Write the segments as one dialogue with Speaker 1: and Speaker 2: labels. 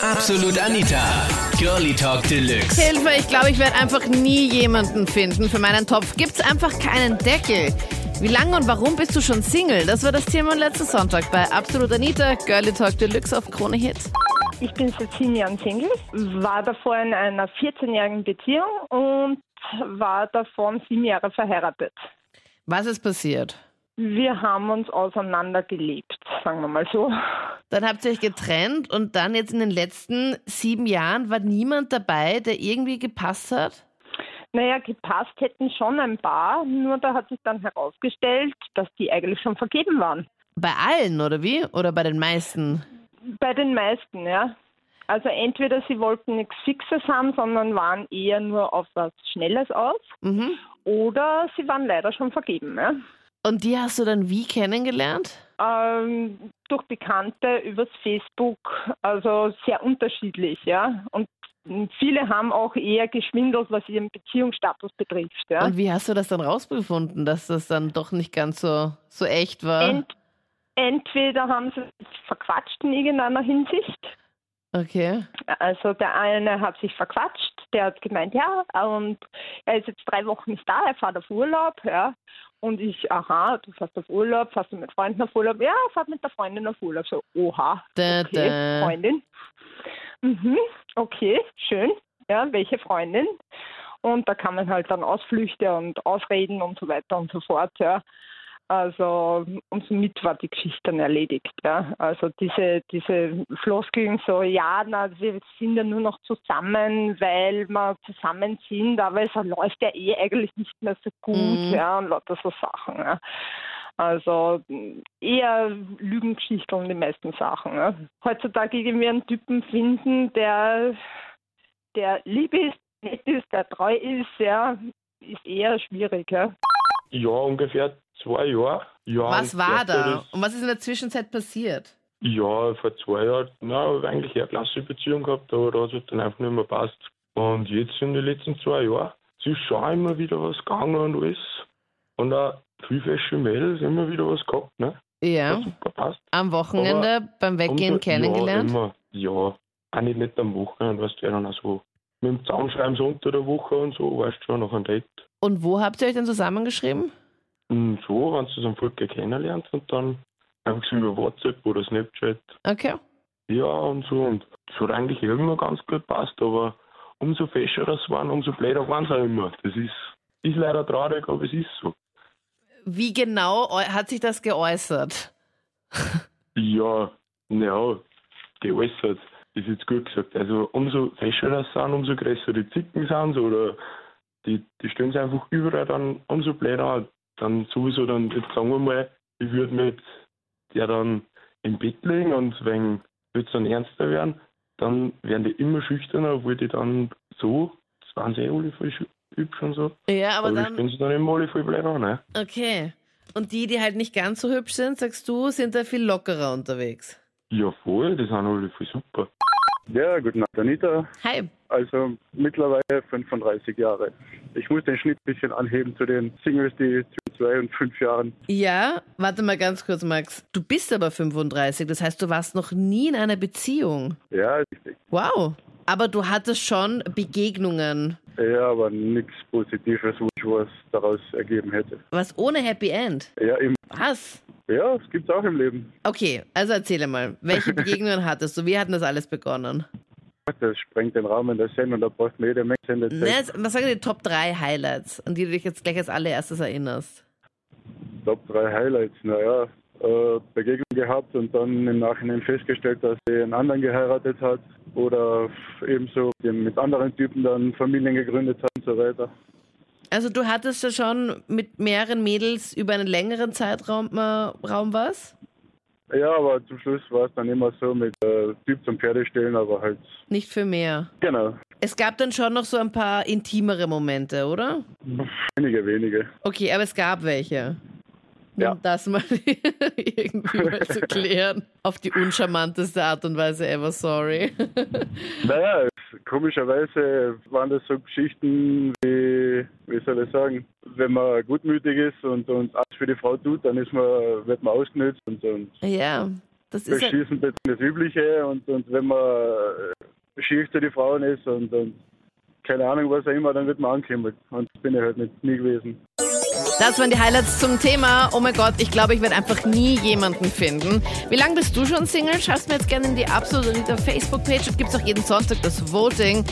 Speaker 1: Absolut Anita. Girlie Talk Deluxe.
Speaker 2: Hilfe, ich glaube, ich werde einfach nie jemanden finden für meinen Topf. Gibt's einfach keinen Deckel. Wie lange und warum bist du schon Single? Das war das Thema letzten Sonntag bei Absolut Anita, Girlie Talk Deluxe auf Krone Hit.
Speaker 3: Ich bin seit sieben Jahren Single, war davor in einer 14-jährigen Beziehung und war davon sieben Jahre verheiratet.
Speaker 2: Was ist passiert?
Speaker 3: Wir haben uns auseinandergelebt, sagen wir mal so.
Speaker 2: Dann habt ihr euch getrennt und dann jetzt in den letzten sieben Jahren war niemand dabei, der irgendwie gepasst hat?
Speaker 3: Naja, gepasst hätten schon ein paar, nur da hat sich dann herausgestellt, dass die eigentlich schon vergeben waren.
Speaker 2: Bei allen, oder wie? Oder bei den meisten?
Speaker 3: Bei den meisten, ja. Also entweder sie wollten nichts Fixes haben, sondern waren eher nur auf was Schnelles aus,
Speaker 2: Mhm.
Speaker 3: oder sie waren leider schon vergeben. Ja.
Speaker 2: Und die hast du dann wie kennengelernt?
Speaker 3: Ähm, durch Bekannte übers Facebook, also sehr unterschiedlich, ja. Und viele haben auch eher geschwindelt, was ihren Beziehungsstatus betrifft, ja.
Speaker 2: Und wie hast du das dann rausgefunden, dass das dann doch nicht ganz so, so echt war?
Speaker 3: Ent entweder haben sie sich verquatscht in irgendeiner Hinsicht.
Speaker 2: okay.
Speaker 3: Also der eine hat sich verquatscht, der hat gemeint, ja, und er ist jetzt drei Wochen nicht da, er fährt auf Urlaub, ja. Und ich, aha, du fährst auf Urlaub, fährst du mit Freunden auf Urlaub? Ja, fährt mit der Freundin auf Urlaub. So, oha,
Speaker 2: Da,
Speaker 3: okay,
Speaker 2: da.
Speaker 3: Freundin. Mhm, okay, schön. Ja, welche Freundin? Und da kann man halt dann Ausflüchte und Ausreden und so weiter und so fort, ja. Also und somit war die Geschichte dann erledigt. Ja. Also diese, diese Floskeln so, ja, na, wir sind ja nur noch zusammen, weil wir zusammen sind, aber es läuft ja eh eigentlich nicht mehr so gut,
Speaker 2: Mhm.
Speaker 3: ja, und lauter so Sachen. Ja. Also mh, eher Lügengeschichten die meisten Sachen. Ja. Heutzutage gehen wir einen Typen finden, der, der lieb ist, nett ist, der treu ist, ja, ist eher schwierig, ja.
Speaker 4: Ja, ungefähr zwei Jahre. Ja,
Speaker 2: Was
Speaker 4: und
Speaker 2: war
Speaker 4: derzeit
Speaker 2: da? Um
Speaker 4: ist-
Speaker 2: Und was ist in der Zwischenzeit passiert?
Speaker 4: Ja, vor zwei Jahren, na, habe ich eigentlich eher eine klasse Beziehung gehabt, aber da hat es halt dann einfach nicht mehr passt. Und jetzt in den letzten zwei Jahren, sie schauen immer wieder was gegangen und alles. Und auch viel fesche Mädels, immer wieder was gehabt, ne?
Speaker 2: Ja,
Speaker 4: Hat super passt.
Speaker 2: am Wochenende beim Weggehen
Speaker 4: Und, äh,
Speaker 2: kennengelernt.
Speaker 4: Ja, immer. Ja, eigentlich nicht am Wochenende, weißt du, ja, dann auch so. Mit dem Zaunschreiben so unter der Woche und so, weißt du, schon nach einem Date.
Speaker 2: Und wo habt ihr euch denn zusammengeschrieben?
Speaker 4: Und Hm, so, wenn du so einen Volk kennenlernt und dann einfach so über WhatsApp oder Snapchat,
Speaker 2: Okay.
Speaker 4: ja und so. Und es hat eigentlich immer ganz gut passt, aber umso fescher das waren, umso blöder waren sie auch immer. Das ist, ist leider traurig, aber es ist so.
Speaker 2: Wie genau eu- hat sich das geäußert?
Speaker 4: Ja, naja, geäußert, ist jetzt gut gesagt. Also umso fescher das sind, umso größer die Zicken sind oder die, die stellen sich einfach überall dann umso blöder an. Dann sowieso dann, jetzt sagen wir mal, ich würde mit der dann im Bett liegen und wenn es dann ernster werden, dann werden die immer schüchterner, obwohl die dann so, das waren sie eh alle voll schü- hübsch und so,
Speaker 2: Ja, aber
Speaker 4: aber, die
Speaker 2: dann,
Speaker 4: stellen sich dann immer alle voll blöder an. Ne?
Speaker 2: okay. Und die, die halt nicht ganz so hübsch sind, sagst du, sind da viel lockerer unterwegs.
Speaker 4: Ja voll, die sind alle voll super.
Speaker 5: Ja, guten Abend, Anita.
Speaker 2: Hi.
Speaker 5: Also mittlerweile 35 Jahre. Ich muss den Schnitt ein bisschen anheben zu den Singles, die zwischen zwei und fünf Jahren.
Speaker 2: Ja, warte mal ganz kurz, Max. Du bist aber 35, das heißt, du warst noch nie in einer Beziehung.
Speaker 5: Ja, ist richtig.
Speaker 2: Wow. Aber du hattest schon Begegnungen,
Speaker 5: Ja, aber nichts Positives, wo ich was daraus ergeben hätte.
Speaker 2: was ohne Happy End.
Speaker 5: Ja, im,
Speaker 2: Was?
Speaker 5: ja, es gibt's auch im Leben.
Speaker 2: Okay, also erzähle mal, welche Begegnungen hattest du? Wie hat denn das alles begonnen?
Speaker 5: Das sprengt den Rahmen der Sendung, da braucht man jede Menge
Speaker 2: Na,
Speaker 5: Sendezeit.
Speaker 2: jetzt- was sagen die Top 3 Highlights, an die du dich jetzt gleich als allererstes erinnerst?
Speaker 5: Top drei Highlights, naja. Äh, Begegnung gehabt und dann im Nachhinein festgestellt, dass sie einen anderen geheiratet hat oder ebenso mit anderen Typen dann Familien gegründet hat und so weiter.
Speaker 2: Also du hattest ja schon mit mehreren Mädels über einen längeren Zeitraum äh, Raum was?
Speaker 5: Ja, aber zum Schluss war es dann immer so mit äh, Typ zum Pferdestellen, aber halt,
Speaker 2: Nicht für mehr.
Speaker 5: genau,
Speaker 2: Es gab dann schon noch so ein paar intimere Momente, oder?
Speaker 5: wenige, wenige.
Speaker 2: Okay, aber es gab welche. Um
Speaker 5: Ja.
Speaker 2: das mal irgendwie mal zu klären. Auf die uncharmanteste Art und Weise ever, sorry.
Speaker 5: Naja, es, komischerweise waren das so Geschichten wie, wie soll ich sagen, wenn man gutmütig ist und, und alles für die Frau tut, dann ist man, wird man ausgenutzt und, und
Speaker 2: ja. Das ist ja,
Speaker 5: Beschießen ist das Übliche und, und wenn man äh, schief zu den Frauen ist und, und keine Ahnung was auch immer, dann wird man angekimmelt. Und das bin ich halt nicht, nie gewesen.
Speaker 2: das waren die Highlights zum Thema. Oh mein Gott, ich glaube, ich werde einfach nie jemanden finden. Wie lange bist du schon Single? Schreib's mir jetzt gerne in die absolute Anita Facebook-Page. Es gibt auch jeden Sonntag das Voting,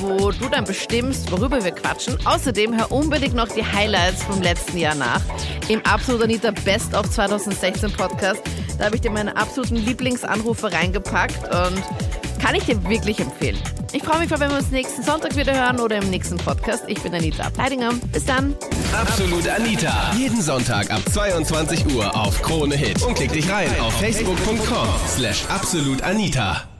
Speaker 2: wo du dann bestimmst, worüber wir quatschen. Außerdem hör unbedingt noch die Highlights vom letzten Jahr nach im Absolut Anita Best of 2016 Podcast. Da habe ich dir meine absoluten Lieblingsanrufe reingepackt und Kann ich dir wirklich empfehlen. Ich freue mich, wenn wir uns nächsten Sonntag wieder hören oder im nächsten Podcast. Ich bin Anita Ableidinger. Bis dann.
Speaker 1: Absolut Anita. Jeden Sonntag ab 22 Uhr auf Krone Hit. Und klick dich rein auf facebook.com slash absolutanita.